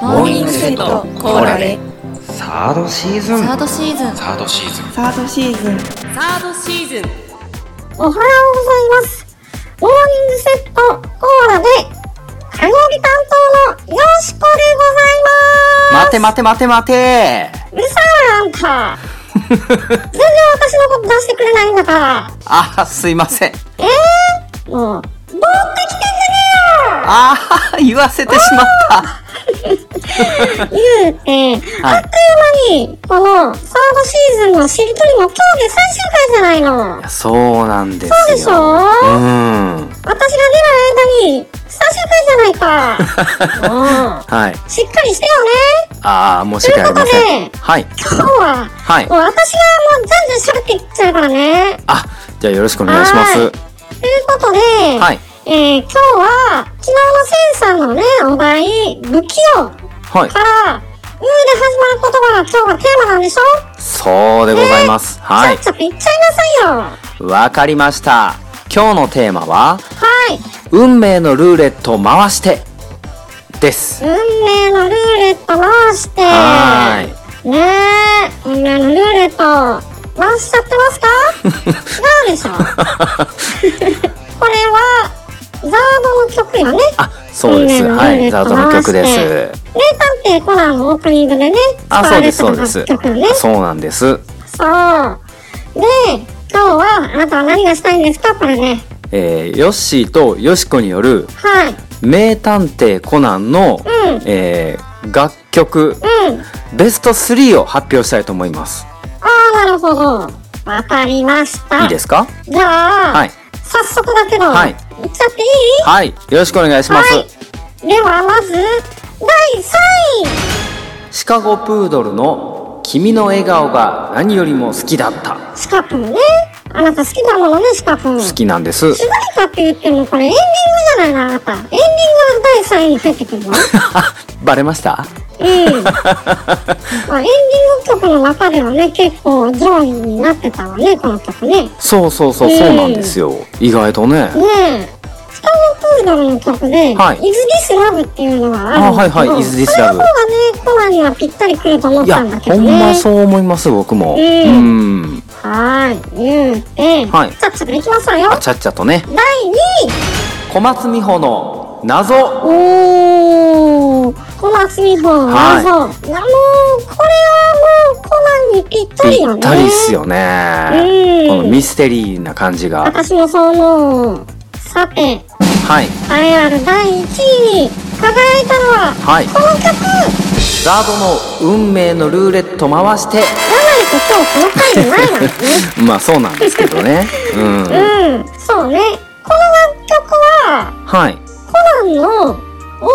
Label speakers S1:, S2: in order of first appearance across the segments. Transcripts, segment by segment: S1: モーニングセットコーラで
S2: サードシーズン
S1: サードシーズン
S3: サードシーズン
S4: サードシーズン
S5: サードシーズン
S6: おはようございます。モーニングセットコーラで、火曜日担当のよしこで
S2: 待て待て待て待て
S6: ございます。うるさいわ、あんた。全然私のこと出してくれないんだから。
S2: あ、すいません。
S6: えぇ、ー、もう、持ってきてんじゃ
S2: あー、言わせてしまった。
S6: ねえよ言うて、
S2: は
S6: あ
S2: い
S6: っという間に、この、サードシーズンのしりとりも今日で最終回じゃないの
S2: いや。そうなんですよ。
S6: そうでしょ
S2: うーん。
S6: 私が出る間に、最終回じゃないか。う
S2: はい。
S6: んしっかりしてよね。
S2: あー、申し訳ありませ
S6: とい
S2: ん。
S6: うことで
S2: はい。
S6: 今日は、
S2: はい
S6: も。う私がもうじゃんじゃん喋っていっちゃうからね。
S2: あ、じゃあよろしくお願いします。
S6: はということで、
S2: はい。
S6: えー、今日は、昨日のセンサーのね、お題、不器用
S2: は
S6: から、うー
S2: い。
S6: で始まる言葉が今日がテーマなんでしょ、
S2: そうでございます。は
S6: ち。
S2: い
S6: ゃっちゃと言っちゃいなさいよ。は
S2: わかりました。今日のテーマは、
S6: い。
S2: 運命のルーレットを回して、です。
S6: 運命のルーレット回して、
S2: はーい。
S6: ねえ、運命のルーレット、回しちゃってますか違うでし ょこれは、ザードの曲よね。
S2: あ、そうです。は
S6: 運命のルーレット
S2: い。ザードの曲で
S6: 回
S2: す。
S6: 名探偵コナンのオープニングでね、
S2: あ、そうです、
S6: 使
S2: そ
S6: わ
S2: う
S6: れ
S2: で
S6: て
S2: す
S6: た曲ね。。
S2: そうなんです。
S6: そう。で、今日は、あなたは何がしたいんですかこれね。
S2: えー、ヨッシーとヨシコによる
S6: はい。
S2: 名探偵コナンの、
S6: うん
S2: えー楽曲
S6: うん。
S2: ベスト3を発表したいと思います。
S6: ああ、なるほど。わかりました。
S2: いいですか
S6: じゃあ、
S2: はい。
S6: 早速だけど、
S2: はい
S6: 言っちゃっていい
S2: はい。よろしくお願いします。
S6: はい。では、まず、第3位。
S2: シカゴプードルの君の笑顔が何よりも好きだった。
S6: シカプンね。あなた好きなものね、シカプン。
S2: 好きなんです。
S6: 主題歌って言っても、これエンディングじゃないの、あなた。エンディングが第3位に入ってくる の
S2: バレました
S6: うん。まあ、エンディング曲の中ではね、結構上位になってたわね、この曲ね。ね
S2: そうそうそう、
S6: うん
S2: そうなんですよ。意外とね。
S6: え、スター・プードルの曲で、
S2: はい
S6: Is This Love っていうのがあるん
S2: あはいはい
S6: ですけ
S2: Is This
S6: どそれの
S2: Love
S6: 方がね、コナンにはぴったりくると思っ
S2: い
S6: た
S2: や、
S6: んだけ
S2: ほ
S6: ど
S2: ん
S6: ね。
S2: まそう思います、僕も。
S6: う
S2: うんん。
S6: はーい、言うて、
S2: はい
S6: ちょっといきますわよ。
S2: ちゃっちゃとね。
S6: 第2位
S2: 小松美穂の謎。
S6: おー、小松美穂、
S2: は
S6: 謎。いや、
S2: い
S6: もう、これはもう、コナンにぴったりよ
S2: ぴ
S6: ね。
S2: ったりっすよ
S6: う
S2: ね
S6: ん。
S2: このミステリーな感じが。
S6: 私もそう思う。さて、
S2: は
S6: 栄
S2: い。
S6: えある第1位に輝いたのは、
S2: はい。
S6: この曲なんだって
S2: ザードの運命のルーレット回して。
S6: 今日この回じゃないのね。
S2: まあそうなんですけどね。うん。
S6: うん、そうね。この楽曲は、
S2: はい。
S6: コナンのオープニング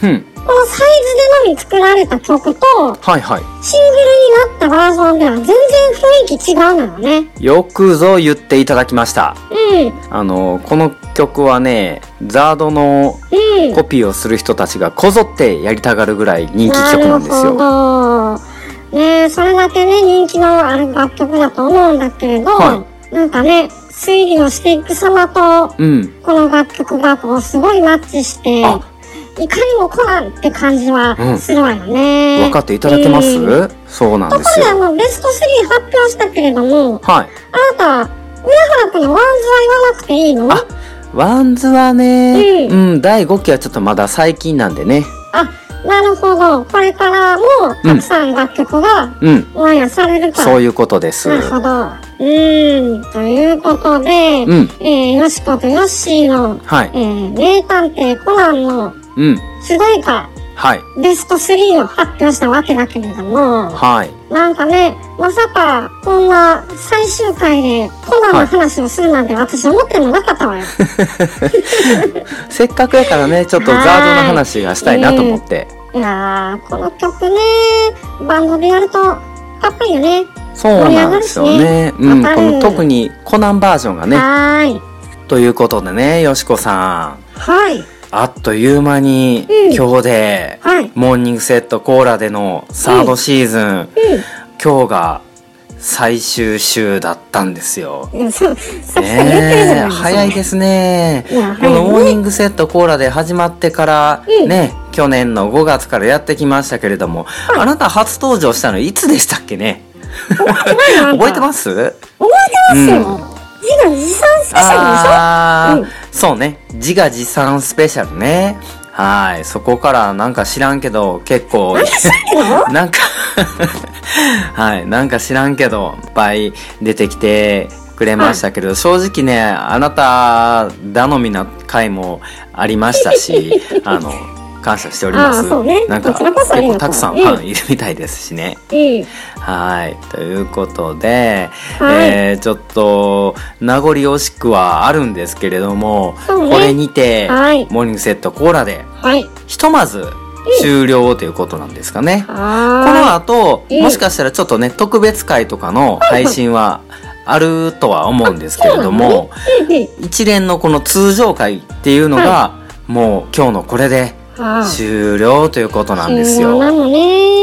S2: ふん。
S6: のこのサイズでのみ作られた曲と、
S2: はいはい。
S6: シングルになったバージョンでは全然雰囲気違うのよね。
S2: よくぞ言っていただきました。
S6: うん、
S2: あの、この曲はね、ザードの
S6: うん。
S2: コピーをする人たちがこぞってやりたがるぐらい人気曲なんですよ。は
S6: なるほど。ねえそれだけね、人気のある楽曲だと思うんだけれど、
S2: は
S6: なんかね、推理をしていく様と、
S2: い。うん。
S6: この楽曲がこう、すごいマッチして、い
S2: あ
S6: かにもコナンって感じ
S2: う
S6: は
S2: ん
S6: するわよね。
S2: 分かっていただけます、
S6: うん
S2: そうなん
S6: とこ
S2: で
S6: ろ
S2: す
S6: であ
S2: よ。
S6: の、ベスト3発表したけれども、
S2: はい。
S6: あなた、上原くんのワンズは言わなくていいの
S2: あワンズはね、
S6: う
S2: うん、第5期はちょっとまだ最近なんでね。
S6: あ、なるほど。これからも、たくさん楽曲が、
S2: うん。
S6: オンエアされるから。
S2: そういうことです。
S6: なるほど。うーん、ということで、
S2: うん
S6: えー、よしことよっしーの、
S2: はい
S6: え。ー、名探偵コナンの
S2: うん。
S6: 主題歌、
S2: はい。
S6: ベスト3を発表したわけだけれども、
S2: はい。
S6: なんかね、まさか、こんな最終回でコナンの話をするなんて私思ってもなかった わよ。
S2: せっかくやからね、ちょっとザードの話がしたいなと思って。
S6: いやー、この曲ね、バンドでやると、かっこいいよね。
S2: そうなんですよ
S6: 盛
S2: ね。
S6: り上がるしね
S2: うん、
S6: わか
S2: こ
S6: る
S2: の特にコナンバージョンがね。
S6: はーい。
S2: ということでね、よしこさん。
S6: はい。
S2: あっという間に、
S6: うん
S2: 今日で、
S6: はい。
S2: モーニングセットコーラでのサードシーズン、
S6: うん。
S2: 今日が最終週だったんですよ。
S6: でもそう、さっきから言ってるじゃ
S2: ね
S6: な
S2: え、
S6: いですか。
S2: 早いですね。
S6: いや
S2: このモ
S6: 早
S2: ー
S6: い
S2: ニ
S6: ね。
S2: ングセットコーラで始まってから、
S6: うん
S2: ね、去年の5月からやってきましたけれども、あなた初登場したのいつでしたっけね覚えて
S6: す
S2: ます
S6: 覚えてますよ。
S2: う
S6: 自画自賛スペシャ
S2: あ
S6: ルでしょ
S2: ーそうね。自画自賛スペシャルね。はい。そこからなんか知らんけど、結構、
S6: ルでしょ
S2: なんか、はい。なんか知らんけど、いっぱい出てきてくれましたけど、正直ね、あなた頼みな回もありまし たし、あの、感謝しておりま
S6: あ
S2: す。
S6: ーそうね
S2: なんか、
S6: こち
S2: 結
S6: らこそありがと
S2: 構
S6: う
S2: たくさんファンいるみたいですしね。
S6: うん。
S2: はい。ということで、
S6: はい
S2: えーちょっと、名残惜しくはあるんですけれども、
S6: そうね
S2: これにて、
S6: はい。
S2: モーニングセットコーラで、
S6: はい。
S2: ひとまず終了ということなんですかね。こ
S6: は
S2: の後、
S6: うん
S2: もしかしたらちょっとね、特別会とかの配信はあるとは思うんですけれども、
S6: ーい。
S2: 一連のこの通常会っていうのが、もう今日のこれで
S6: はー
S2: 終了ということなんです
S6: そう
S2: よ。
S6: なのね。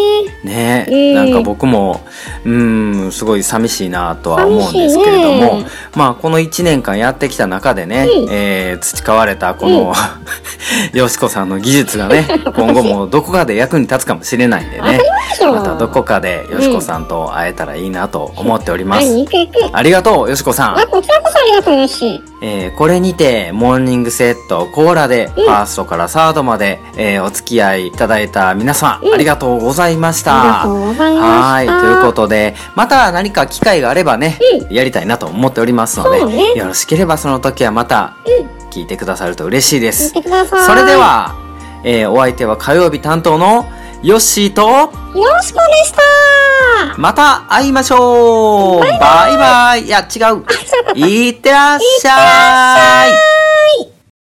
S2: ね、
S6: うん
S2: なんか僕もうんすごい寂しいなとは思うんですけれど
S6: 寂
S2: も、
S6: しいね
S2: まあこの1年間やってきた中でね、
S6: うん
S2: えー培われたこ
S6: う
S2: の、よしこさんの技術 がね今後もどこかで役に立つかもしれないんで
S6: 当た
S2: ね
S6: り前でしょ。
S2: またどこかでよしこさんと会えたらいいなと思っておりま
S6: 会い
S2: す。
S6: に行く行く。
S2: ありがとうよしこさん
S6: あ、こちらこそありがとうよし。
S2: えーこれにて、モーニングセットコーラで、ファーストからサードまで、えーお付き合いいただいた皆さん、
S6: うん
S2: ありがとうございまし
S6: あ
S2: た。
S6: りがとうございました
S2: はい。ということで、また何か機会があればね、やりたいなと思っておりますので、
S6: そうね
S2: よろしければその時はまた、聞いてくださると嬉しいで
S6: 聞い
S2: す。
S6: てください。
S2: それで、は、えーお相手は火曜日担当のヨッシーと、
S6: よしこでした
S2: また会いましょうバイバイいや、違う。いってらっしゃい